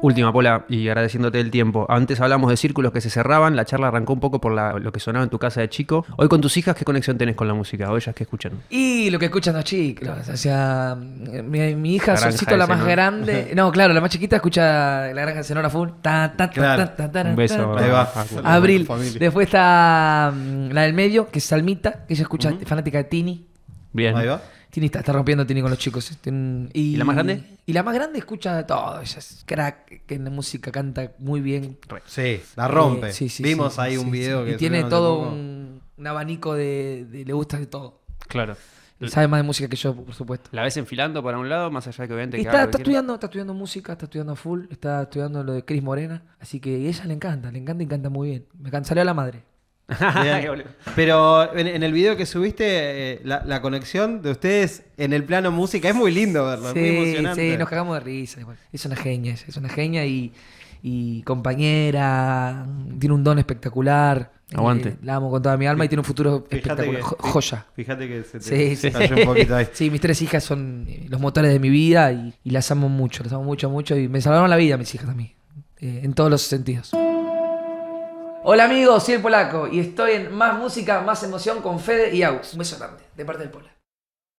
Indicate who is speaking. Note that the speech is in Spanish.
Speaker 1: Última, Pola, y agradeciéndote el tiempo. Antes hablamos de círculos que se cerraban, la charla arrancó un poco por la- lo que sonaba en tu casa de chico. Hoy con tus hijas, ¿qué conexión tenés con la música? ¿O ellas qué escuchan?
Speaker 2: Y lo que escuchan los chicos. O sea, mi, mi hija,
Speaker 1: La granja
Speaker 2: Solcito, la
Speaker 1: ese,
Speaker 2: más
Speaker 1: ¿no?
Speaker 2: grande. No, claro, la más chiquita escucha La Granja de Sonora Full. Ta, ta, ta,
Speaker 3: Claro.
Speaker 2: ta, ta, ta,
Speaker 1: Un beso.
Speaker 3: Ahí va.
Speaker 1: Facu.
Speaker 3: Saludos a Ah, la
Speaker 2: Abril.
Speaker 3: familia.
Speaker 2: Después está mm, la del medio, que es Salmita, que ella escucha, fanática de Tini.
Speaker 1: Bien.
Speaker 3: Ahí va.
Speaker 2: Tini está, está rompiendo Tini con los chicos. Este, mm, y,
Speaker 1: ¿Y la más grande?
Speaker 2: Y la más grande escucha de todo. Ella es crack, que en la música canta muy bien.
Speaker 3: Sí, la rompe.
Speaker 2: Eh, sí, sí,
Speaker 3: Vimos
Speaker 2: sí,
Speaker 3: ahí
Speaker 2: sí,
Speaker 3: un
Speaker 2: sí.
Speaker 3: video que
Speaker 2: Y tiene
Speaker 3: subieron hace
Speaker 2: todo
Speaker 3: poco.
Speaker 2: un, un abanico de, de- Le gusta de todo.
Speaker 1: Claro.
Speaker 2: Sabe más de música que yo, por supuesto.
Speaker 1: La ves enfilando para un lado, más allá de que obviamente... que
Speaker 2: Está,
Speaker 1: haga lo que
Speaker 2: está
Speaker 1: quiera.
Speaker 2: estudiando, está estudiando música, está estudiando full, está estudiando lo de Cris Morena. Así que y a ella le encanta, le encanta y canta muy bien. Me cansaré a la madre.
Speaker 3: Bien.
Speaker 1: Ay, boludo.
Speaker 3: Pero en, en el video que subiste, eh, la, la conexión de ustedes en el plano música es muy lindo verlo, es muy
Speaker 2: Sí,
Speaker 3: emocionante.
Speaker 2: sí, nos cagamos de risa. igual. Es una genia, es una genia y, y compañera. Tiene un don espectacular.
Speaker 1: Aguante.
Speaker 2: Eh, la amo con toda mi alma y tiene un futuro
Speaker 3: Fíjate
Speaker 2: espectacular.
Speaker 3: que-
Speaker 2: Jo- joya.
Speaker 3: Fíjate que se te
Speaker 2: Sí, sí.
Speaker 3: cayó un poquito ahí.
Speaker 2: Sí, mis tres hijas son eh, los motores de mi vida y, y las amo mucho, las amo mucho, mucho. Y me salvaron la vida mis hijas también, eh, en todos los sentidos. Hola amigos, soy el Polaco y estoy en Más Música, Más Emoción con Fede y Aux. Un beso grande, de parte del Pola.